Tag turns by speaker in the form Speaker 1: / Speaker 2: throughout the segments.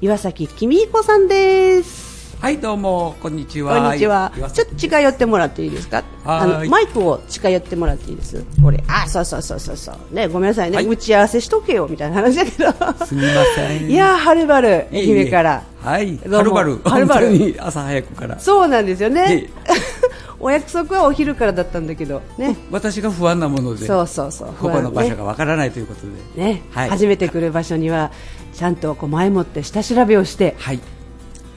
Speaker 1: 岩崎君彦さんです
Speaker 2: はい、どうも、こんにちは。
Speaker 1: こんにちは
Speaker 2: 岩。崎
Speaker 1: ちょっと近寄ってもらっていいですか
Speaker 2: は
Speaker 1: あ
Speaker 2: ーい
Speaker 1: の、マイクを近寄ってもらっていいですこれ。あ、そうそうそうそうそう。ね、ごめんなさいね、
Speaker 2: はい
Speaker 1: 打ち合わせしとけよ、みたいな話だけど。
Speaker 2: すみません
Speaker 1: いやー、はるばる、愛媛から。
Speaker 2: はい、
Speaker 1: どうも
Speaker 2: はるばる。
Speaker 1: はるばる
Speaker 2: 本当に朝早くから。
Speaker 1: そうなんですよね
Speaker 2: ええ。
Speaker 1: お約束はお昼からだったんだけど、ね。
Speaker 2: 私が不安なもので、
Speaker 1: そうそうそう。
Speaker 2: ここの場所
Speaker 1: ね
Speaker 2: がわからないということで。
Speaker 1: ね、
Speaker 2: はい
Speaker 1: 初めて来る場所には、ちゃんとこう前もって下調べをして、
Speaker 2: はい、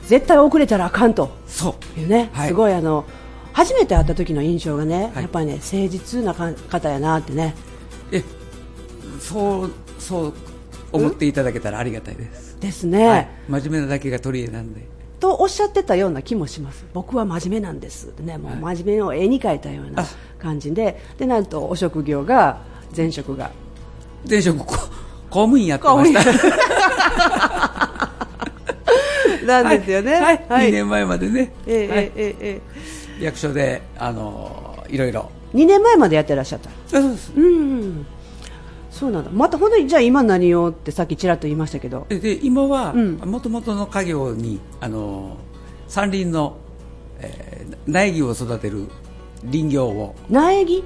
Speaker 1: 絶対遅れたらあかんと
Speaker 2: そう。
Speaker 1: いうね、
Speaker 2: はい
Speaker 1: すごいあの、初めて会った時の印象がね、
Speaker 2: は
Speaker 1: や
Speaker 2: い
Speaker 1: っぱりね、誠実なか方やなってね。
Speaker 2: え、そう、そう思っていただけたらありがたいです。
Speaker 1: ですね、
Speaker 2: はい、真面目なだけが取り柄なんで。
Speaker 1: とおっしゃってたような気もします僕は真面目なんですってねもう真面目を絵に描いたような
Speaker 2: あ
Speaker 1: 感じででなんとお職業が前職 が
Speaker 2: 前職、こ公務員やってました。
Speaker 1: なんですよね
Speaker 2: はい、2年前までね。
Speaker 1: ええ
Speaker 2: はい
Speaker 1: えええ
Speaker 2: 役所で、あのー、いろいろ。
Speaker 1: え2年前までやってらっしゃった
Speaker 2: そうそうそ
Speaker 1: う
Speaker 2: う
Speaker 1: んうんそうなんだまた本当にじゃあ今何をってさっきちらっと言いましたけど
Speaker 2: でで今は
Speaker 1: うん
Speaker 2: もともとの家業にあの山林の、えー苗木を育てる林業を
Speaker 1: 苗木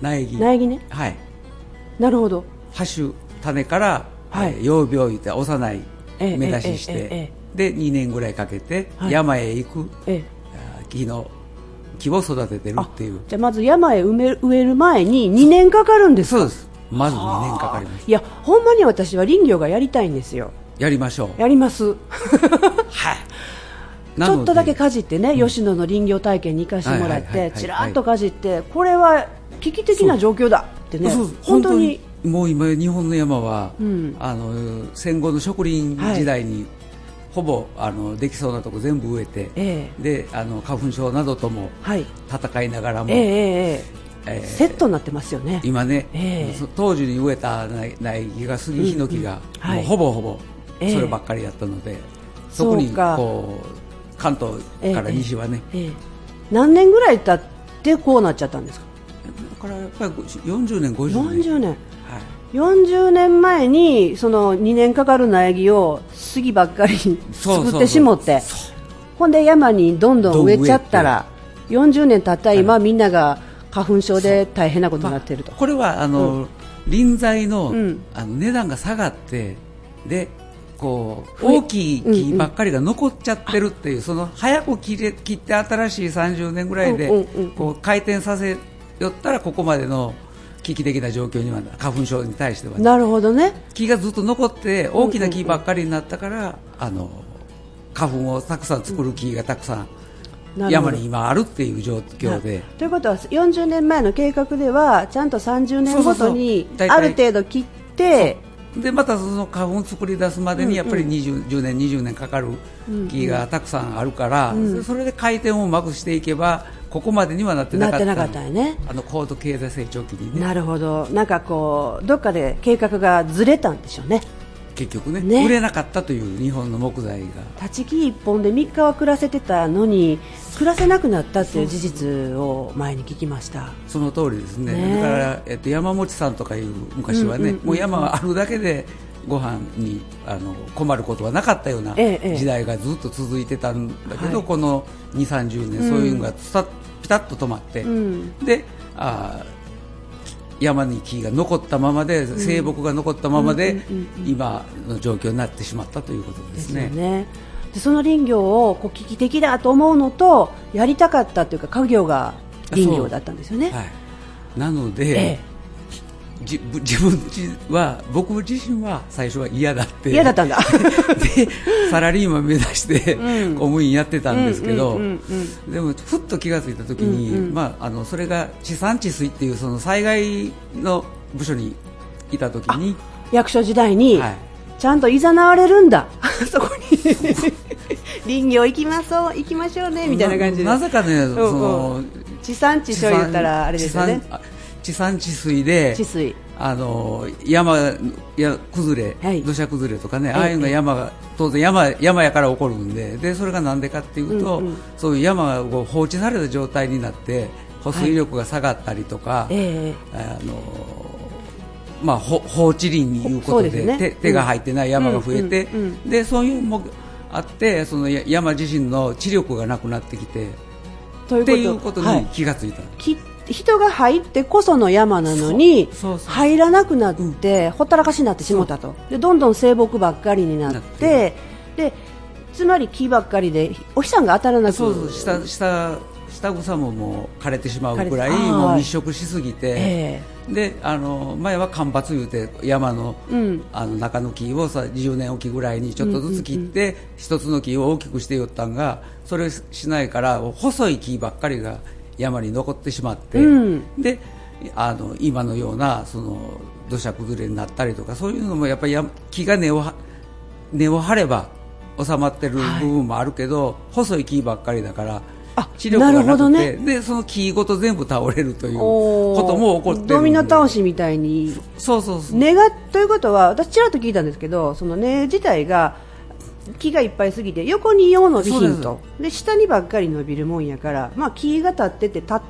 Speaker 2: 苗木
Speaker 1: 苗木ね
Speaker 2: はい
Speaker 1: なるほど
Speaker 2: ハッシュ種から、
Speaker 1: はい
Speaker 2: えー幼苗言って幼い
Speaker 1: ええ
Speaker 2: 芽出しし
Speaker 1: えええ
Speaker 2: てで2年ぐらいかけて
Speaker 1: はい
Speaker 2: 山へ行く、
Speaker 1: ええ
Speaker 2: あー木の木を育ててるっていう
Speaker 1: じゃあまず山へ埋め植える前に2年かかるんです
Speaker 2: そうですまず2年かかります
Speaker 1: いやほんまに私は林業がやりたいんですよ
Speaker 2: やりましょう
Speaker 1: やります
Speaker 2: はい
Speaker 1: ちょっとだけ
Speaker 2: か
Speaker 1: かじってね、吉野の林業体験に行かせてもらっ
Speaker 2: はいはいはい
Speaker 1: て
Speaker 2: は、い
Speaker 1: ちらっとかじって、これは危機的な状況だってね
Speaker 2: そうそう、
Speaker 1: 本当に、
Speaker 2: もう今日本の山は、
Speaker 1: うん
Speaker 2: あの戦後の植林時代に、ほぼあのできそうなとこ全部植えて、
Speaker 1: ええ
Speaker 2: であの花粉症などとも
Speaker 1: はい、
Speaker 2: 戦いながらも、
Speaker 1: ええええええ
Speaker 2: えー
Speaker 1: セットになってますよね、
Speaker 2: 今ね、
Speaker 1: ええ
Speaker 2: そ当時に植えた苗苗木が杉ヒノキが、
Speaker 1: うんはい
Speaker 2: もうほぼほぼそ
Speaker 1: ええ
Speaker 2: ればっかりだったので、
Speaker 1: そう
Speaker 2: 特
Speaker 1: か
Speaker 2: にこう関東から西はね、
Speaker 1: ええ何年ぐらい経ってこうなっちゃったんですか、
Speaker 2: だからやっぱり40年50年
Speaker 1: 40年、
Speaker 2: はい
Speaker 1: 40年前にその2年かかる苗木を杉ばっかり
Speaker 2: そう
Speaker 1: 作ってしもって、
Speaker 2: そう
Speaker 1: ほんで山にどんどん植えちゃったら、40年経った今、みんなが花粉症で大変なことになってると
Speaker 2: まあ。これはあの、臨済の,、
Speaker 1: うん
Speaker 2: あの値段が下がってでこう
Speaker 1: 増え
Speaker 2: 大きい木ばっかりが残っちゃってるっていう、その早く切れ切って新しい30年ぐらいで、
Speaker 1: うんうんうん
Speaker 2: こう回転させよったらここまでの危機的な状況にはな花粉症に対しては、ね、
Speaker 1: なるほどね
Speaker 2: 木がずっと残って大きな木ばっかりになったから、あの花粉をたくさん作る木がたくさん
Speaker 1: なるほ
Speaker 2: 山
Speaker 1: ど
Speaker 2: に今あるっていう状況で。
Speaker 1: ということは40年前の計画ではちゃんと30年ごとに
Speaker 2: そうそうそう
Speaker 1: ある程度切って
Speaker 2: でまたその花粉を作り出すまでにやっぱり20、10年、20年かかる木がたくさんあるから、それで回転をうまくしていけばここまでにはなってなかった
Speaker 1: なってなかったよね
Speaker 2: あの高度経済成長期にね
Speaker 1: なるほどなんかこうどっかで計画がずれたんでしょうね
Speaker 2: 結局ね
Speaker 1: ね
Speaker 2: 売れなかったという日本の木材が
Speaker 1: 立ち木一本で3日は暮らせてたのに暮らせなくなったっていう事実を前に聞きました
Speaker 2: その通りですね
Speaker 1: ね
Speaker 2: だから、えっと、山持さんとかいう昔はね、もう山はあるだけでご飯にあの困ることはなかったような
Speaker 1: ええええ
Speaker 2: 時代がずっと続いてたんだけど、
Speaker 1: はい
Speaker 2: この2 3 0年、そういうのがつたピタッと止まって。
Speaker 1: うん
Speaker 2: であー山に木が残ったままで静木が残ったままで、今の状況になってしまったということで
Speaker 1: ですすよ
Speaker 2: ね。
Speaker 1: ねでその林業をこう危機的だと思うのとやりたかったというか家業が林業だったんですよね、
Speaker 2: はい、なの
Speaker 1: え
Speaker 2: で、
Speaker 1: え
Speaker 2: じぶ自分自は僕自身は最初は嫌だって
Speaker 1: 嫌だったんだ
Speaker 2: で サラリーマン目指して公務員やってたんですけど、
Speaker 1: うんうんうん
Speaker 2: でもふっと気がついた時に、まあ、あのそれが地産地水っていうその災害の部署にいた時に。
Speaker 1: 役所時代に、
Speaker 2: はい
Speaker 1: ちゃんといざなわれるんだ、 そこに 林業行きまそう行きましょうねみたいな感じで
Speaker 2: ななぜかね、
Speaker 1: ん
Speaker 2: その
Speaker 1: 地産地消言ったらあれですよね
Speaker 2: 地産あ地産地水で
Speaker 1: 治水
Speaker 2: あの山や崩れ、
Speaker 1: はい
Speaker 2: 土砂崩れとかね、
Speaker 1: え
Speaker 2: ああいうのが山が当然山山やから起こるんででそれがなんでかっていうと、そういう山がこう放置された状態になって保水力が下がったりとか、
Speaker 1: ええ
Speaker 2: あのまあ、ほ放置林にいうことで
Speaker 1: そうですね
Speaker 2: 手手が入ってない山が増えて、
Speaker 1: うんうん
Speaker 2: でそういうのもあってそのや山自身の知力がなくなってきて
Speaker 1: と
Speaker 2: ってい
Speaker 1: いうう
Speaker 2: こ
Speaker 1: ことと
Speaker 2: に気がついた、
Speaker 1: き人が入ってこその山なのに
Speaker 2: そうそうそう
Speaker 1: 入らなくなって、ほったらかしになってしもたとでどんどん静木ばっかりになって
Speaker 2: なって
Speaker 1: でつまり木ばっかりでお日さんが当たらなく
Speaker 2: そうそう下下下草ももう枯れてしまうぐら
Speaker 1: 枯れて
Speaker 2: い
Speaker 1: あー
Speaker 2: もう密植しすぎて、
Speaker 1: え
Speaker 2: であの前は間伐いうて山の,、
Speaker 1: うん
Speaker 2: あの中の木をさ10年おきぐらいにちょっとずつ切って、一つの木を大きくしてよったんがそれしないから細い木ばっかりが山に残ってしまって、
Speaker 1: うん
Speaker 2: であの今のようなその土砂崩れになったりとかそういうのもやっぱりや木が根をは根を張れば収まってる部分もあるけど、細い木ばっかりだから
Speaker 1: あ
Speaker 2: 知力がなくて
Speaker 1: なるほどね
Speaker 2: でその木ごと全部倒れるとい
Speaker 1: え
Speaker 2: うことも起こってるんで
Speaker 1: ドミノ倒しみたいに
Speaker 2: そうそうそう、
Speaker 1: 根がということは私ちらっと聞いたんですけどその根自体が木がいっぱいすぎて横によう伸びひん
Speaker 2: そう
Speaker 1: とで下にばっかり伸びるもんやから、まあ、木が立っててた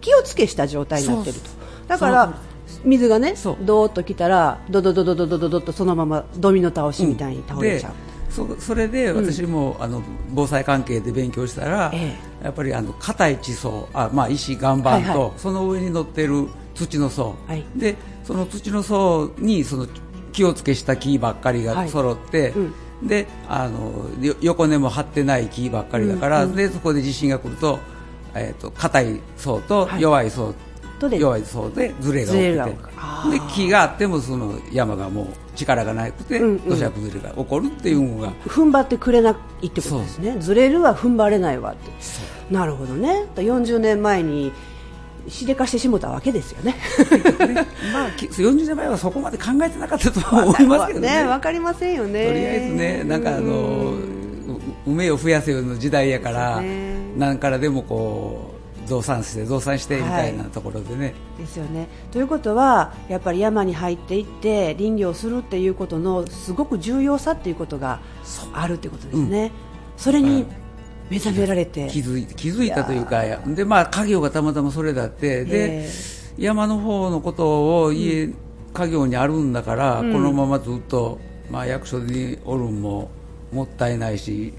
Speaker 1: 気をつけした状態になってると
Speaker 2: そ
Speaker 1: だから水がね
Speaker 2: そう
Speaker 1: どーっと来たらドドドドドドドドとそのままドミノ倒しみたいに倒れちゃう、
Speaker 2: でそそれで私も、あの防災関係で勉強したら、
Speaker 1: え
Speaker 2: やっぱりあの硬い地層あ、まあ、石岩盤と、
Speaker 1: はいはい
Speaker 2: その上に乗ってる土の層、
Speaker 1: はい
Speaker 2: でその土の層にその気をつけした木ばっかり
Speaker 1: は
Speaker 2: が
Speaker 1: い
Speaker 2: 揃って、
Speaker 1: うん
Speaker 2: であのよ横根も張ってない木ばっかりだから、でそこで地震が来ると,、えー、と硬い層と
Speaker 1: はい
Speaker 2: 弱い層、
Speaker 1: とで
Speaker 2: 弱い層でずれが
Speaker 1: ずれが
Speaker 2: 起
Speaker 1: 起
Speaker 2: き
Speaker 1: こるあー
Speaker 2: てで木があってもその山がもう力がなくて
Speaker 1: うんうん
Speaker 2: 土砂崩れが起こるっていうのが、
Speaker 1: 踏ん張ってくれないってことですねずれるは踏ん張れないわってなるほどねと40年前にしでかしてしもたわけですよね。
Speaker 2: まあ、き40年前はそこまで考えてなかったとは思いますけどね。
Speaker 1: わかりませんよね。
Speaker 2: とりあえずね、なんかあの、う梅を増やせよの時代やから、
Speaker 1: そうですね
Speaker 2: なんからでもこう、増産して、増産してみたいなところでね、
Speaker 1: ですよね。ということはやっぱり山に入っていって林業をするっていうことのすごく重要さっていうことがあるってことですね。それに目覚められて、
Speaker 2: 気づい気づいたというか、で、まあ、家業がたまたまそれだって、
Speaker 1: え
Speaker 2: で、山の方のことを家、家業にあるんだから、このままずっと、まあ、役所におるんももったいないし、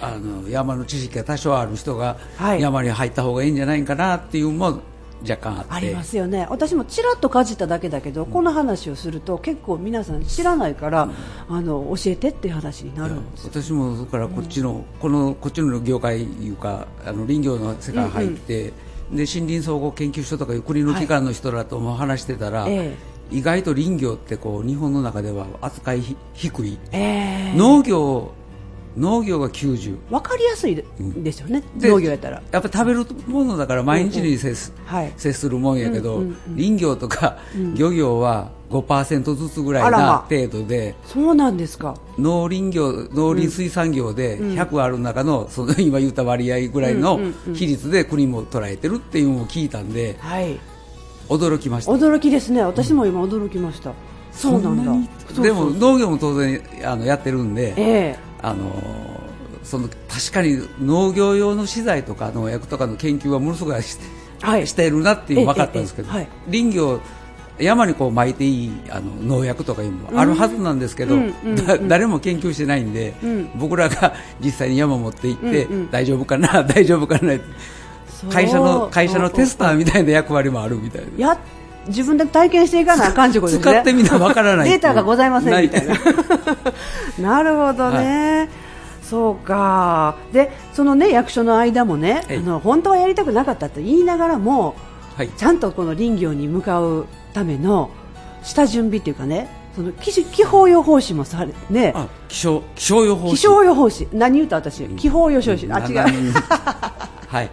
Speaker 2: あの山の知識が多少ある人が
Speaker 1: はい
Speaker 2: 山に入った方がいいんじゃないかなっていうのも若干あって
Speaker 1: ありますよね私もちらっとかじっただけだけど、この話をすると結構皆さん知らないから、あの教えてっていう話になるんですよ
Speaker 2: 私もそれからこっちの、このこっちの業界いうかあの林業の世界入って、で森林総合研究所とかいう国の機関の人らとも話してたら、
Speaker 1: え
Speaker 2: 意外と林業ってこう日本の中では扱いひ低い、
Speaker 1: え
Speaker 2: 農業農業が90
Speaker 1: ー、わかりやすいでですよね、
Speaker 2: で
Speaker 1: 農業やったら。
Speaker 2: やっぱ食べるものだから毎日に接す,、
Speaker 1: はい
Speaker 2: 接するもんやけど、林業とか漁業は5%ずつぐら
Speaker 1: あ
Speaker 2: い
Speaker 1: ら
Speaker 2: な
Speaker 1: ま
Speaker 2: 程度で、
Speaker 1: そうなんですか。
Speaker 2: 農林業、農林水産業で100ある中の、その 今言った割合ぐらいの比率で国も捉えてるっていうのを聞いたんで、
Speaker 1: はい。
Speaker 2: 驚きました。
Speaker 1: 驚きですね。私も今驚きました。そうなんだ。
Speaker 2: に
Speaker 1: そうそう
Speaker 2: でも農業も当然あのやってるんで、
Speaker 1: ええ
Speaker 2: あのその確かに農業用の資材とか農薬とかの研究はものすごいし,、
Speaker 1: はい
Speaker 2: してるなっていうの分かったんですけど、
Speaker 1: ええええ
Speaker 2: 林業山にこう巻いていいあの農薬とかいうのもあるはずなんですけど、
Speaker 1: うんうん
Speaker 2: だ誰も研究してないんで、僕らが実際に山持って行って、大丈夫かな 大丈夫かな
Speaker 1: そう
Speaker 2: 会社の会社のテスターみたいな役割もあるみたいで
Speaker 1: や、自分で体験していかなあかんってことですね。
Speaker 2: 使ってみなわからない
Speaker 1: データがございませんみたいな
Speaker 2: な。
Speaker 1: なるほどね。そうかでそのね役所の間もね、
Speaker 2: はい
Speaker 1: あの本当はやりたくなかったと言いながらも、
Speaker 2: はい
Speaker 1: ちゃんとこの林業に向かうための下準備というかねその気気候予報士もされね
Speaker 2: あ気象気象予報士
Speaker 1: 気象予報士何言うた私気候予報士あ違う
Speaker 2: う。はい。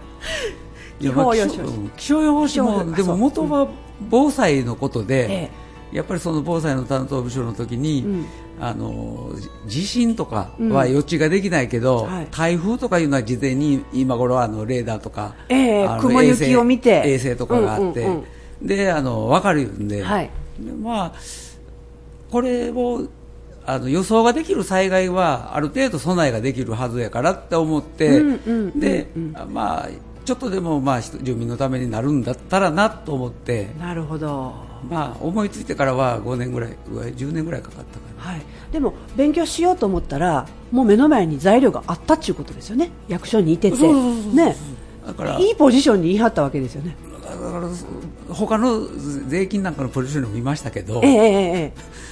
Speaker 2: いやま あ
Speaker 1: 気象予報
Speaker 2: 気
Speaker 1: 士
Speaker 2: 象気象予報士
Speaker 1: 気象予報
Speaker 2: も、
Speaker 1: 士
Speaker 2: でも元は防災のこと
Speaker 1: え
Speaker 2: で、やっぱりその防災の担当部署の時に、あの、じ地震とかは予知ができないけど
Speaker 1: はい、
Speaker 2: 台風とかいうのは事前に今頃あのレーダーとか、
Speaker 1: ええ
Speaker 2: あの
Speaker 1: 雲行き
Speaker 2: 衛星
Speaker 1: を見て
Speaker 2: 衛星とかがあっ
Speaker 1: う
Speaker 2: て
Speaker 1: んうん、
Speaker 2: で、あの、わかるんで、
Speaker 1: はい
Speaker 2: でまあ、これをあの予想ができる災害はある程度備えができるはずやからって思って、で、まあちょっとでもまあ人住民のためになるんだったらなと思って
Speaker 1: なるほど
Speaker 2: まあ、思いついてからは5年ぐらいうわ10年ぐらいかかったかな
Speaker 1: はい、でも勉強しようと思ったらもう目の前に材料があったっていうことですよね役所にいてて
Speaker 2: そうそうそうそう
Speaker 1: ね
Speaker 2: だから
Speaker 1: いいポジションに言い張ったわけですよね
Speaker 2: だからそ他の税金なんかのポジションにもいましたけど、
Speaker 1: えええええ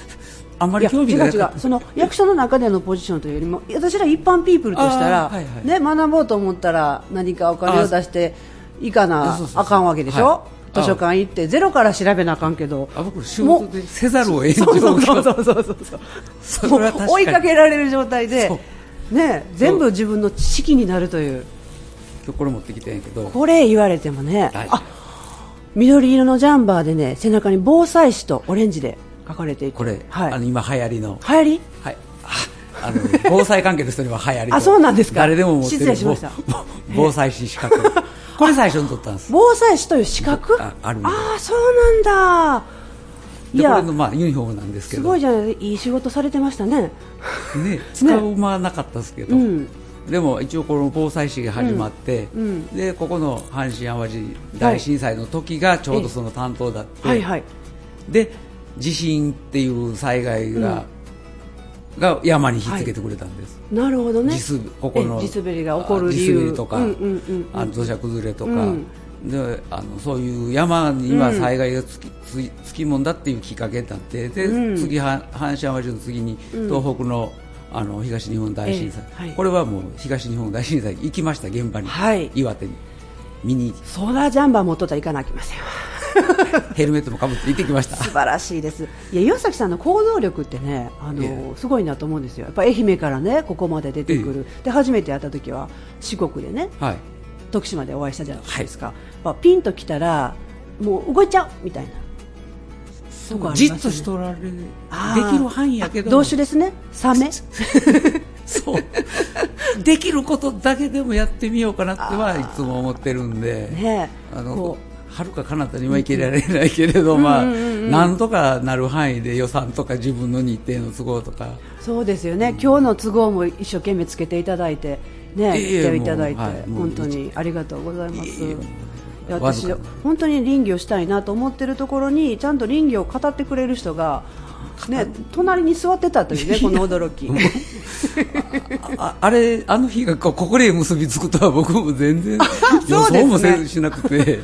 Speaker 2: あんま
Speaker 1: えい
Speaker 2: り
Speaker 1: や
Speaker 2: 興味
Speaker 1: 違
Speaker 2: が
Speaker 1: う
Speaker 2: な
Speaker 1: 違
Speaker 2: か
Speaker 1: う
Speaker 2: った
Speaker 1: その役所の中でのポジションというよりも私ら一般ピープルとしたら、
Speaker 2: あーはいはい
Speaker 1: ね、学ぼうと思ったら何かお金を出していか
Speaker 2: あ
Speaker 1: な
Speaker 2: そうそうそう
Speaker 1: あかんわけでしょ、
Speaker 2: はい
Speaker 1: 図書館行ってゼロから調べなあかんけど
Speaker 2: あ僕仕事でせざるを得ん状
Speaker 1: そうそうそう
Speaker 2: 況
Speaker 1: そうそうそう
Speaker 2: それは確かに
Speaker 1: 追いかけられる状態で
Speaker 2: そう、
Speaker 1: ね、全部自分の知識になるという
Speaker 2: 今日これ持ってきたんやけど、
Speaker 1: これ言われてもね、
Speaker 2: はい
Speaker 1: あ緑色のジャンバーでね背中に防災士とオレンジで書かれていて
Speaker 2: これ、
Speaker 1: はい、
Speaker 2: あの
Speaker 1: 流
Speaker 2: 今流行りの、
Speaker 1: 行り
Speaker 2: はい、ああの防災関係の人には流行りと
Speaker 1: あそうなんですか
Speaker 2: 誰でも持ってる
Speaker 1: 失礼しました
Speaker 2: ぼぼ防災士資格これ最初に取ったんです
Speaker 1: 防災士という資格
Speaker 2: ああるんだ
Speaker 1: あーそうなんだ い
Speaker 2: でこれ
Speaker 1: や
Speaker 2: のまあユニフォームなんですけ
Speaker 1: す
Speaker 2: ど
Speaker 1: ごいじゃないいい仕事されてましたね
Speaker 2: ね、使う間はなかったですけど、
Speaker 1: うん
Speaker 2: でも一応この防災士が始まって、
Speaker 1: うんうん
Speaker 2: でここの阪神・淡路大震災の時がちょうどその担当だって、
Speaker 1: はいはい
Speaker 2: で地震っていう災害が、が山に引っつけてくれたんです、
Speaker 1: なるほどね
Speaker 2: 地すここの
Speaker 1: え地滑りが起こる理
Speaker 2: あ地滑
Speaker 1: 由
Speaker 2: りとか、
Speaker 1: うんうんうん
Speaker 2: あの土砂崩れとか、
Speaker 1: うん
Speaker 2: であのそういう山には災害がつき,つい、つきもんだっていうきっかけになってで、
Speaker 1: うん
Speaker 2: 次は阪神・淡路の次に東北の,、あの東日本大震災、
Speaker 1: ええはい
Speaker 2: これはもう東日本大震災行きました現場に、
Speaker 1: はい
Speaker 2: 岩手に見に
Speaker 1: ソーラージャンバー持っとったらいかなあきませんわ
Speaker 2: ヘルメットもかぶって行ってきました
Speaker 1: 素晴らしいですいや岩崎さんの行動力ってねあの、
Speaker 2: え
Speaker 1: すごいなと思うんですよやっぱ愛媛からねここまで出てくる、で初めて会った時は四国でね
Speaker 2: はい
Speaker 1: 徳島でお会いしたじゃないですか、まあ、ピンときたらもう動いちゃうみたいなとこあります
Speaker 2: じ
Speaker 1: ね
Speaker 2: っとしとられるでき
Speaker 1: あー
Speaker 2: る範囲やけ
Speaker 1: あ
Speaker 2: ど
Speaker 1: 同種ですねサ メ
Speaker 2: そうできることだけでもやってみようかなってはいつも思ってるんで、
Speaker 1: ねこ
Speaker 2: あの遥か彼方には行けられないけれど、まあ、なんとかなる範囲で予算とか自分の日程の都合とか、
Speaker 1: うそうですよね、今日の都合も一生懸命つけていただいてね
Speaker 2: いえいえ
Speaker 1: 来ていただいて、
Speaker 2: もうはいもう
Speaker 1: 本当にありがとうございます。
Speaker 2: いえいえもう
Speaker 1: いや
Speaker 2: わ
Speaker 1: 私
Speaker 2: ずか
Speaker 1: 本当に林業したいなと思ってるところにちゃんと林業を語ってくれる人が、ね、隣に座ってたというね、この驚き。
Speaker 2: あああれ、あの日がこうここで結びつくとは僕も全然予
Speaker 1: そうですね
Speaker 2: 想もせずしなくて、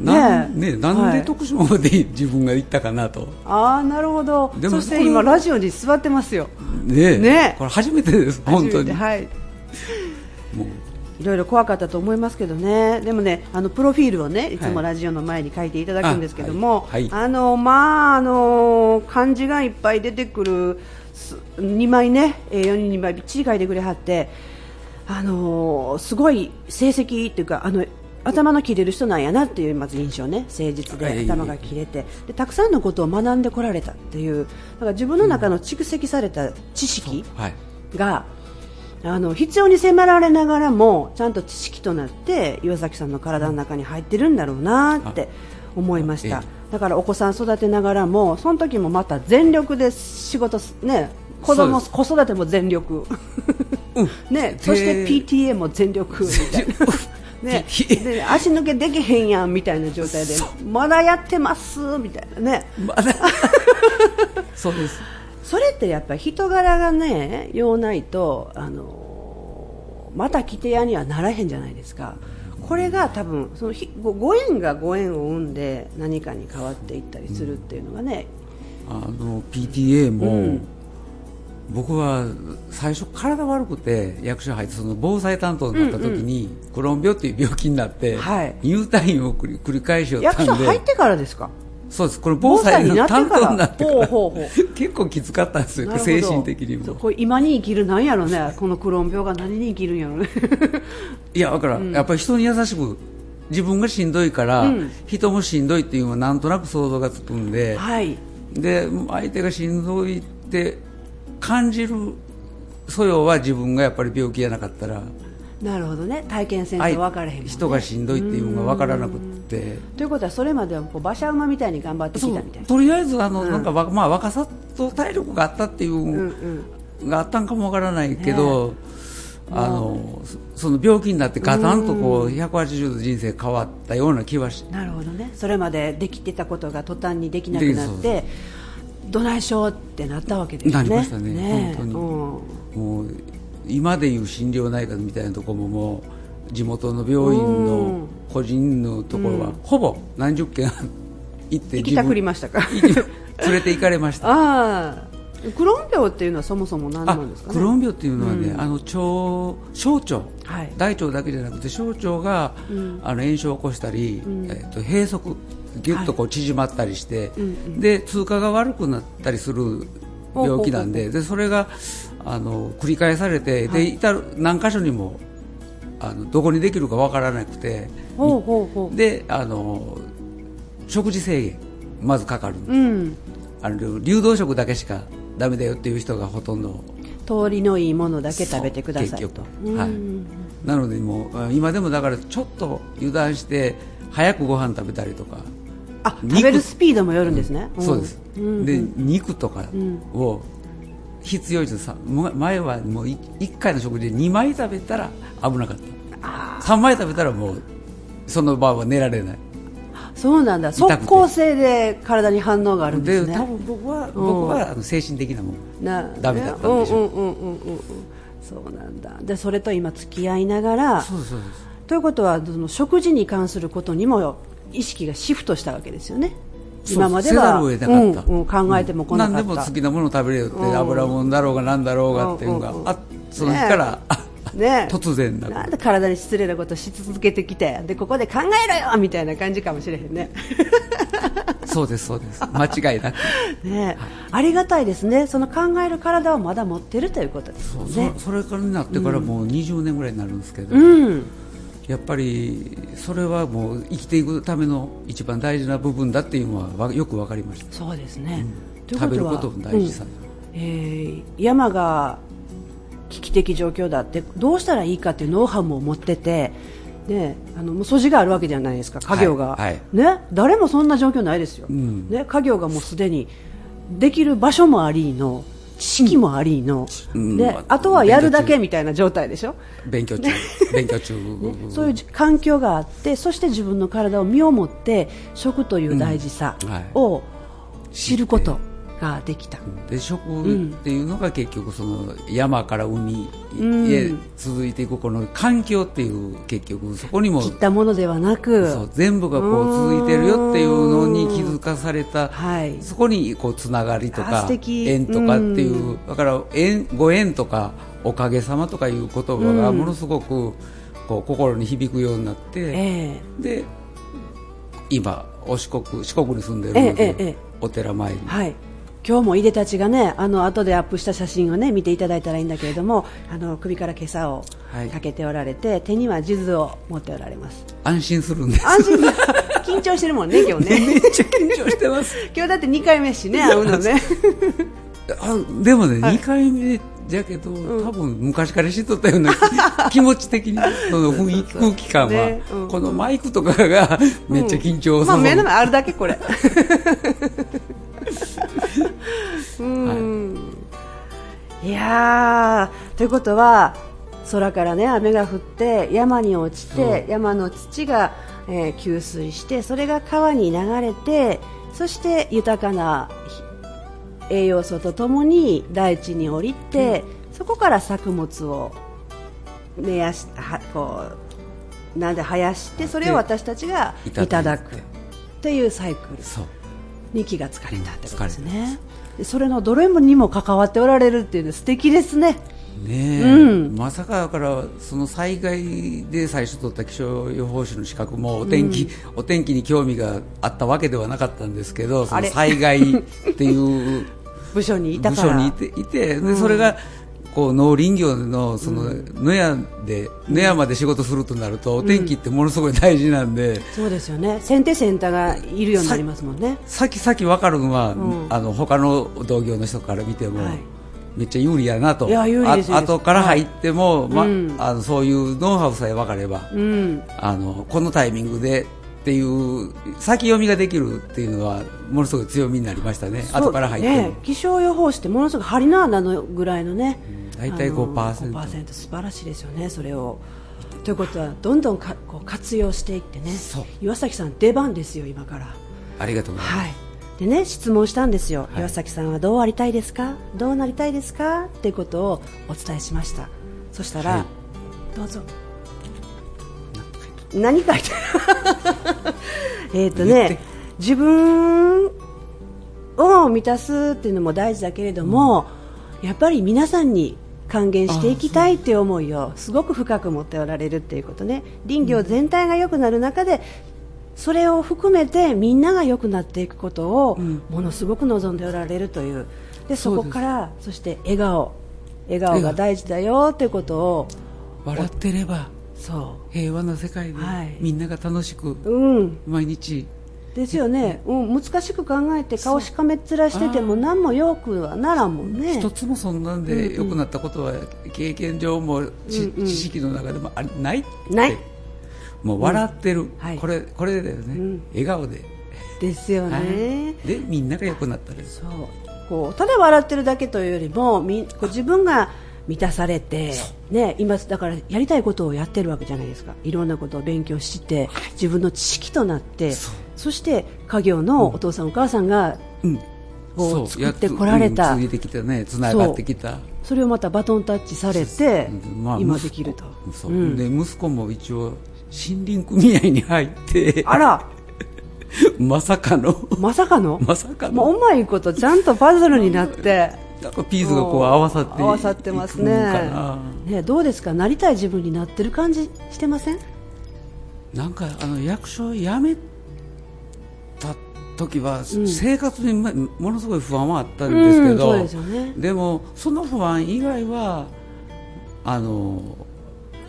Speaker 2: なん
Speaker 1: ねえ
Speaker 2: ね、なん
Speaker 1: は
Speaker 2: で
Speaker 1: い
Speaker 2: 徳島まで自分が行ったかなと、
Speaker 1: ああなるほど
Speaker 2: でも
Speaker 1: そして
Speaker 2: これ
Speaker 1: 今、ラジオに座ってますよ、
Speaker 2: ねえ
Speaker 1: ねえ
Speaker 2: これ初めてです、本
Speaker 1: 初
Speaker 2: 当
Speaker 1: めて
Speaker 2: に。
Speaker 1: はい、
Speaker 2: もう
Speaker 1: いろいろ怖かったと思いますけどね、でもね、あのプロフィールをね、いつも
Speaker 2: はい
Speaker 1: ラジオの前に書いていただくんですけども、
Speaker 2: あはいはい
Speaker 1: あのまああの漢字がいっぱい出てくるす2枚ね、4人2枚びっちり書いてくれはって、あのすごい成績っていうかあの。頭の切れる人なんやなっていうまず印象ね誠実
Speaker 2: はい
Speaker 1: で頭が切れてでたくさんのことを学んでこられたっていうだから自分の中の蓄積された知識、
Speaker 2: はい
Speaker 1: があの必要に迫られながらもちゃんと知識となって岩崎さんの体の中に入ってるんだろうなって思いまし
Speaker 2: あ
Speaker 1: た
Speaker 2: え
Speaker 1: だからお子さん育てながらもその時もまた全力で仕事すね子供
Speaker 2: そ
Speaker 1: 子育ても全力、 ね、そして
Speaker 2: で
Speaker 1: PTA も全力みたいな。 ね、
Speaker 2: PTA
Speaker 1: で足抜けできへんやんみたいな状態でまだやってますみたいなね
Speaker 2: まだ そうです
Speaker 1: それってやっぱり人柄がねようないとあのまた来てやにはならへんじゃないですかこれが多分そのひごご縁がご縁を生んで何かに変わっていったりするっていうのがね、
Speaker 2: あの PTA も、
Speaker 1: うん
Speaker 2: 僕は最初体悪くて役所入ってその防災担当になった時に、クローン病っていう病気になって、
Speaker 1: はい
Speaker 2: 入退院を繰り繰り返しよっ
Speaker 1: 役
Speaker 2: た
Speaker 1: 所
Speaker 2: んで
Speaker 1: 入ってからですか
Speaker 2: そうですこれ防災の担当になってか
Speaker 1: 防災になって
Speaker 2: ら
Speaker 1: からほうほうほ
Speaker 2: 結構きつかったんです
Speaker 1: なる
Speaker 2: よ
Speaker 1: ほど
Speaker 2: 精神的にも
Speaker 1: そうこれ今に生きるなんやろねこのクローン病が何に生きるんやろ ね
Speaker 2: いやだから、やっぱり人に優しく自分がしんどいから、人もしんどいっていうのはなんとなく想像がつくんで、
Speaker 1: はい
Speaker 2: で相手がしんどいって感じる素養は自分がやっぱり病気じゃなかったら
Speaker 1: なるほどね体験せんと
Speaker 2: 相
Speaker 1: 分からへんもんね
Speaker 2: 人がしんどいっていうのが分からなくって
Speaker 1: ということはそれまではこう馬車馬みたいに頑張ってき
Speaker 2: そ
Speaker 1: た
Speaker 2: う
Speaker 1: みたいな
Speaker 2: とりあえずあの、なんかわ、まあ、若さと体力があったっていう、
Speaker 1: うん
Speaker 2: があったんかもわからないけど、あのそその病気になってガタンとこう180度人生変わったような気はし
Speaker 1: なるほどねそれまでできてたことが途端にできなくなっ
Speaker 2: で
Speaker 1: てどないしようってなったわけですね
Speaker 2: なりましたね
Speaker 1: え
Speaker 2: 本当に
Speaker 1: うん
Speaker 2: もう今でいう心療内科みたいなところももう地元の病院の個人のところはほぼ何十軒行って
Speaker 1: 行きたくりま
Speaker 2: し
Speaker 1: したか
Speaker 2: 連れて行かれました
Speaker 1: ああクローン病っていうのはそもそも何な
Speaker 2: あ
Speaker 1: んですかね
Speaker 2: クローン病っていうのはね、あの腸小腸、
Speaker 1: はい
Speaker 2: 大腸だけじゃなくて小腸が、あの炎症を起こしたり、えっと閉塞ぎゅっとこう縮まったりして、で通過が悪くなったりする病気なんででそれがあの繰り返されて、で至る何箇所にもあのどこにできるかわからなくて
Speaker 1: ほうほうほう
Speaker 2: であの食事制限まずかかるんです
Speaker 1: うん
Speaker 2: あの流動食だけしかダメだよっていう人がほとんど
Speaker 1: 通りのいいものだけ食べてください
Speaker 2: 結
Speaker 1: と
Speaker 2: 局はい、なのでもうあ今でもだからちょっと油断して早くご飯食べたりとか、
Speaker 1: あ
Speaker 2: 肉
Speaker 1: 食べるスピードもよるんですね、ん
Speaker 2: そうです、で肉とかを必要以上さも前はもう1回の食事で2枚食べたら危なかった3枚食べたらもうその場は寝られない
Speaker 1: そうなんだ
Speaker 2: 痛くて
Speaker 1: 即効性で体に反応があるんです
Speaker 2: で
Speaker 1: ね
Speaker 2: 多分僕は僕はあの精神的なもん
Speaker 1: な
Speaker 2: ダメだったんでしょ
Speaker 1: うんうんうんうんうんうんそうなんだでそれと今付き合いながら
Speaker 2: そうですそうです
Speaker 1: ということはその食事に関することにも意識がシフトしたわけですよね
Speaker 2: そう
Speaker 1: 今までは
Speaker 2: せざるを得なかった、
Speaker 1: うんうん考えてもこなかった、
Speaker 2: 何でも好きなものを食べれよって、油もんだろうが何だろうがっていうのが、
Speaker 1: うんうんうん
Speaker 2: あその日から、
Speaker 1: ねえ
Speaker 2: 突然なく
Speaker 1: なんで体に失礼なことし続けてきてでここで考えろよみたいな感じかもしれへん ね
Speaker 2: そうですそうです間 違いなく
Speaker 1: ねえありがたいですねその考える体をまだ持ってるということです
Speaker 2: そ
Speaker 1: も
Speaker 2: うんそ
Speaker 1: ね
Speaker 2: それからになってからもう20年ぐらいになるんですけど、
Speaker 1: うん
Speaker 2: やっぱりそれはもう生きていくための一番大事な部分だっていうのはわよく分かりました
Speaker 1: そうですね、という
Speaker 2: 食べる
Speaker 1: は
Speaker 2: ことの大事さ、
Speaker 1: えー山が危機的状況だってどうしたらいいかっていうノウハウも持ってて、ね、あのもう素地があるわけじゃないですか家業が、
Speaker 2: はいはい
Speaker 1: ね、誰もそんな状況ないですよ、
Speaker 2: ん
Speaker 1: ね、家業がもうすでにできる場所もありの知識もありの、
Speaker 2: うん
Speaker 1: ね
Speaker 2: うん
Speaker 1: あとはやるだけみたいな状態でしょ、
Speaker 2: 勉強中勉強中、
Speaker 1: そういう環境があってそして自分の体を身をもって食という大事さ
Speaker 2: うんはい
Speaker 1: を知ることができた。
Speaker 2: で食っていうのが結局その山から海へ続いていくこの環境っていう結局そこにも
Speaker 1: 切ったものではなく
Speaker 2: そう全部がこう続いてるよっていうのに気づかされた、
Speaker 1: はい
Speaker 2: そこにこうつながりと
Speaker 1: あ素
Speaker 2: か
Speaker 1: 敵
Speaker 2: 縁とかっていう、だから縁ご縁とかおかげさまとかいう言葉がものすごくこう心に響くようになって。
Speaker 1: ええ
Speaker 2: で今お四国四国に住んで
Speaker 1: えええええ
Speaker 2: る
Speaker 1: え
Speaker 2: お寺前に、
Speaker 1: はい今日もいでたちがねあの後でアップした写真をね見ていただいたらいいんだけれどもあの首から袈裟を
Speaker 2: はい
Speaker 1: かけておられて、手には地図を持っておられます
Speaker 2: 安心するんです
Speaker 1: 安心 緊張してるもんね今日ね
Speaker 2: めっちゃ緊張してます
Speaker 1: 今日だって2回目しね会うのね
Speaker 2: あでもね、二2回目じゃけど、多分昔から知っとったような 気持ち的にその雰囲気空気感は、
Speaker 1: ねうん
Speaker 2: このマイクとかがめっちゃ緊張
Speaker 1: まあ
Speaker 2: そ
Speaker 1: 目の
Speaker 2: う
Speaker 1: 前あるだけこ れうん、い、やーということは空からね雨が降って山に落ちて、山の土が、えー吸水してそれが川に流れてそして豊かなひ栄養素とともに大地に降りて、そこから作物を芽やしはこうなんで生やしてそれを私たちがい
Speaker 2: い
Speaker 1: た
Speaker 2: た
Speaker 1: だ
Speaker 2: だ
Speaker 1: く
Speaker 2: く
Speaker 1: っていうサイクル
Speaker 2: そう
Speaker 1: に気がつかれたってことですね。でそれのどれもにも関わっておられるっていうのは素敵ですね。
Speaker 2: ねえ、
Speaker 1: うん
Speaker 2: まさかだからその災害で最初取った気象予報士の資格もお天気、お天気に興味があったわけではなかったんですけどそ
Speaker 1: あ
Speaker 2: の
Speaker 1: れ
Speaker 2: 災害っていう
Speaker 1: 部署にいた
Speaker 2: 部
Speaker 1: か
Speaker 2: 署
Speaker 1: ら。
Speaker 2: にいていて、でそれがこう農林業のその野屋で、野山で仕事するとなるとお天気ってものすごい大事なんで、
Speaker 1: そうですよね。先手先手がいるようになりますもんね。
Speaker 2: 先々分かるのは、
Speaker 1: ん
Speaker 2: あの他の同業の人から見ても、
Speaker 1: はい
Speaker 2: めっちゃ有利やなと
Speaker 1: いや有利です有
Speaker 2: あ
Speaker 1: 利です
Speaker 2: 後から入っても、ま
Speaker 1: うん
Speaker 2: あのそういうノウハウさえ分かれば、
Speaker 1: うん。
Speaker 2: あのこのタイミングでっていう先読みができるっていうのはものすごい強みになりましたね後から入っても、
Speaker 1: ね、気象予報士ってものすごく針の穴のぐらいのね、
Speaker 2: 大
Speaker 1: あ
Speaker 2: 体
Speaker 1: の
Speaker 2: 5%
Speaker 1: 5%素晴らしいですよねそれをということはどんどんかこう活用していってね
Speaker 2: そう
Speaker 1: 岩崎さん出番ですよ今から
Speaker 2: ありがとうございます、
Speaker 1: はいでね質問したんですよ、
Speaker 2: はい
Speaker 1: 岩崎さんはどうありたいですかどうなりたいですかっていうことをお伝えしましたそしたら、
Speaker 2: はい
Speaker 1: どうぞ何書いてある えっと
Speaker 2: 言って
Speaker 1: ね自分を満たすっていうのも大事だけれども、やっぱり皆さんに還元していきたいっていう思いをすごく深く持っておられるっていうことね林業全体が良くなる中でそれを含めてみんなが良くなっていくことを
Speaker 2: うん
Speaker 1: ものすごく望んでおられるというでそこ
Speaker 2: そうです
Speaker 1: からそして笑顔笑顔が大事だよっていうことを
Speaker 2: 笑ってれば
Speaker 1: そ
Speaker 2: 平和な世界で、
Speaker 1: はい
Speaker 2: みんなが楽しく
Speaker 1: ううん
Speaker 2: 毎日
Speaker 1: ですよね、うん、難しく考えて顔しかめっ面してても何もよくはならんもんね
Speaker 2: 一つもそんなんで良くなったことは経験上も知,、
Speaker 1: うんうん
Speaker 2: 知識の中でもありないって
Speaker 1: ない
Speaker 2: もう笑ってる、
Speaker 1: はい
Speaker 2: これこれだよね、
Speaker 1: うん
Speaker 2: 笑顔で、
Speaker 1: ですよね、
Speaker 2: はいでみんなが良くなったです
Speaker 1: そうこうただ笑ってるだけというよりもみこう自分が満たされて、ね、今だからやりたいことをやってるわけじゃないですかいろんなことを勉強して自分の知識となって
Speaker 2: そ
Speaker 1: そうして家業のお父さん、お母さんが
Speaker 2: うん
Speaker 1: こう
Speaker 2: そう
Speaker 1: 作ってこられた
Speaker 2: やっとうん、続いてきたねつながってきた
Speaker 1: それをまたバトンタッチされて、
Speaker 2: うんまあ
Speaker 1: 今
Speaker 2: 息子
Speaker 1: できると。
Speaker 2: そう、
Speaker 1: うん
Speaker 2: で息子も一応森林組合に入って
Speaker 1: あら
Speaker 2: まさかの
Speaker 1: まさかの
Speaker 2: まさか
Speaker 1: もう
Speaker 2: の
Speaker 1: うまいことちゃんとパズルになって
Speaker 2: なんかピースがこう合わさって
Speaker 1: 合わさってます
Speaker 2: いくん
Speaker 1: ね
Speaker 2: かな
Speaker 1: ねどうですかなりたい自分になってる感じしてません
Speaker 2: なんかあの役所を辞めた時は、生活にまものすごい不安はあったんです
Speaker 1: う
Speaker 2: けど、
Speaker 1: んそうですよね
Speaker 2: でもその不安以外はあの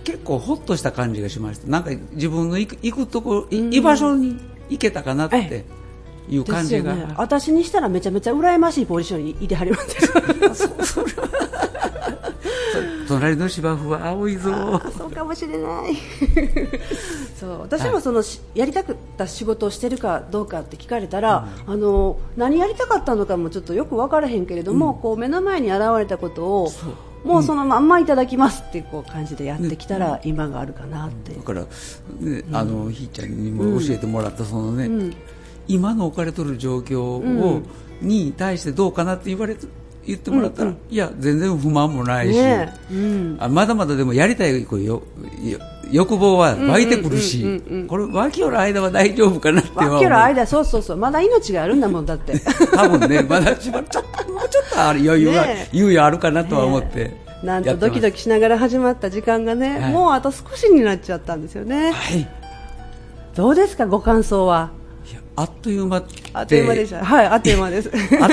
Speaker 2: 結構ほっとした感じがしましたなんか自分の行く行くとこい居場所に行けたかなって
Speaker 1: え
Speaker 2: いう感じが、
Speaker 1: ですよね、私にしたらめちゃめちゃ羨ましいポジションにいてはります
Speaker 2: 隣の芝生は青いぞ
Speaker 1: そうかもしれない そう私もその、しやりたくった仕事をしてるかどうかって聞かれたら、あの何やりたかったのかもちょっとよく分からへんけれども、こう目の前に現れたことをもうそのまんまいただきますってこう感じでやってきたら、今があるかなって、
Speaker 2: だから、ねあのひーちゃんにも教えてもらったそのね、今の置かれとる状況を、に対してどうかなって言われて言ってもらったら、いや全然不満もないし、
Speaker 1: ねえうん
Speaker 2: あまだまだでもやりたいこうよよ欲望は湧いてくるし、これ湧きよる間は大丈夫かなっては思
Speaker 1: わ
Speaker 2: う
Speaker 1: けの間そうそうそうまだ命があるんだもんだって。
Speaker 2: 多分ねまだしばらくちょっともうちょっとある余裕が、
Speaker 1: ねえ
Speaker 2: 猶予あるかなとは思ってやって
Speaker 1: ね
Speaker 2: ます、
Speaker 1: えなんとドキドキしながら始まった時間がね、
Speaker 2: はい
Speaker 1: もうあと少しになっちゃったんですよね、
Speaker 2: はいい
Speaker 1: どうですかご感想は
Speaker 2: やあっという間って
Speaker 1: あっという間でしたはいあっという間です
Speaker 2: あ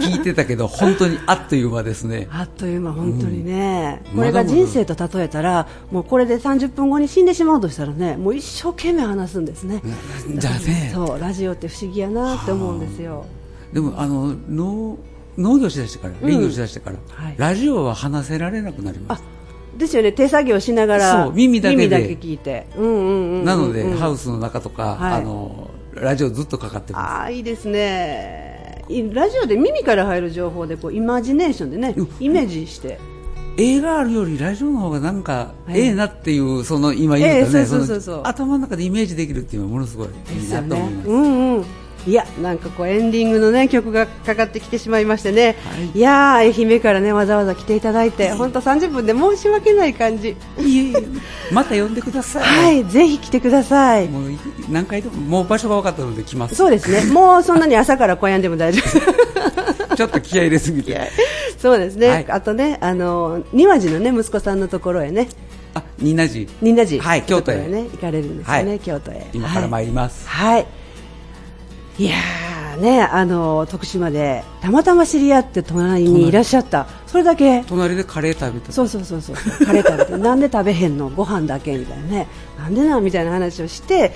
Speaker 2: 聞いてたけど本当にあっという間ですね
Speaker 1: あっという間本当にね、
Speaker 2: うん
Speaker 1: これ
Speaker 2: まだ
Speaker 1: が
Speaker 2: まだ
Speaker 1: 人生と例えたらもうこれで30分後に死んでしまうとしたらねもう一生懸命話すんですね
Speaker 2: じゃあね
Speaker 1: そうラジオって不思議やなって思うんですよ
Speaker 2: でもあの農農業しだしてから林業しだしてから、
Speaker 1: はい
Speaker 2: ラジオは話せられなくなりま
Speaker 1: あ
Speaker 2: す
Speaker 1: ですよね手作業しながら
Speaker 2: そう耳だけで
Speaker 1: 聞いてうんうんうんうん
Speaker 2: なので、ハウスの中とか、
Speaker 1: はい
Speaker 2: あのラジオずっとかかってます
Speaker 1: ああいいですねいラジオで耳から入る情報でこうイマジネーションでね
Speaker 2: うん
Speaker 1: イメージして
Speaker 2: 映画あるよりラジオの方がなんか、
Speaker 1: はい
Speaker 2: ええなっていうその今言うた
Speaker 1: え
Speaker 2: ね、
Speaker 1: えそうそうそうそう
Speaker 2: の頭の中でイメージできるっていうのはものすごいいいなと思います
Speaker 1: うんうんいやなんかこうエンディングのね曲がかかってきてしまいましてね、
Speaker 2: はい
Speaker 1: い、やー愛媛からねわざわざ来ていただいて本当30分で申し訳ない感じ
Speaker 2: いえいえまた呼んでください、
Speaker 1: はいぜひ来てください
Speaker 2: もう何回でももう場所が分かったので来ます
Speaker 1: そうです ねもうそんなに朝から小屋でも大丈夫
Speaker 2: ちょっと気合い入れすぎて
Speaker 1: そうですね、
Speaker 2: はい
Speaker 1: あとねあの庭地のね息子さんのところへね
Speaker 2: あニナジ
Speaker 1: 仁和寺
Speaker 2: はい京都へ
Speaker 1: ところね行かれるんですよね、
Speaker 2: はい
Speaker 1: 京都へ
Speaker 2: 今から
Speaker 1: はい
Speaker 2: 参ります、
Speaker 1: はい。いやーね、あの徳島でたまたま知り合って隣にいらっしゃった、それだけ。
Speaker 2: 隣でカレー食べた
Speaker 1: そうそうそう そう。カレー食べて、なんで食べへんの、ご飯だけみたいなね、なんでなんみたいな話をして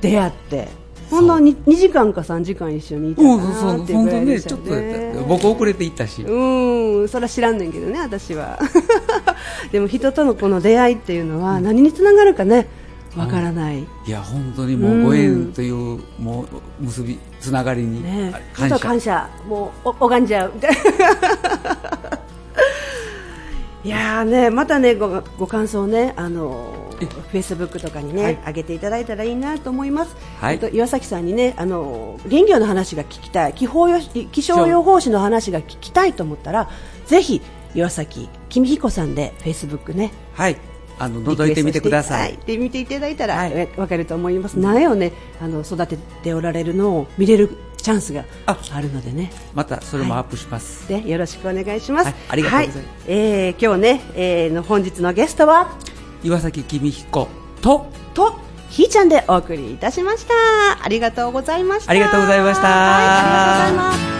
Speaker 1: 出会って。ほんのに二時間か三時間一緒にいたか
Speaker 2: うん、そう
Speaker 1: な
Speaker 2: そう、
Speaker 1: っていう
Speaker 2: 本
Speaker 1: ぐ
Speaker 2: 当
Speaker 1: らい
Speaker 2: ね、
Speaker 1: でし
Speaker 2: ち
Speaker 1: た
Speaker 2: ょ
Speaker 1: よ
Speaker 2: っとやった、
Speaker 1: ね。
Speaker 2: 僕遅れて行ったし、
Speaker 1: うん、それは知らんねんけど ね、私は。でも人とのこの出会いっていうのは何につながるかね、わからない。
Speaker 2: いや本当にもうご縁という、もう結びつながりに
Speaker 1: ね
Speaker 2: 感
Speaker 1: ちょ
Speaker 2: 謝
Speaker 1: っと感謝もうお拝んじゃうみ たいないやーねまたねごご感想ねあのフェイスブックとかにね、
Speaker 2: はい
Speaker 1: 上げていただいたらいいなと思います、
Speaker 2: はい
Speaker 1: えっと岩崎さんにねあの林業の話が聞きたい気泡よ気象予報士の話が聞きたいと思ったらぜひ岩崎公彦さんでフェイスブックね
Speaker 2: はいあの覗いてみてください、
Speaker 1: リクエストしてはいで見ていただいたら、
Speaker 2: はい
Speaker 1: えわかると思います。苗をね、あの育てておられるのを見れるチャンスが
Speaker 2: あ
Speaker 1: あるのでね。
Speaker 2: またそれもアップします、
Speaker 1: で、よろしくお願いします。
Speaker 2: はいありがとうございます
Speaker 1: はえー今日ね、えーの本日のゲストは
Speaker 2: 岩崎公彦と
Speaker 1: とひーちゃんでお送りいたしました。ありがとうございました。
Speaker 2: ありがとうございました
Speaker 1: はいありがとうございます。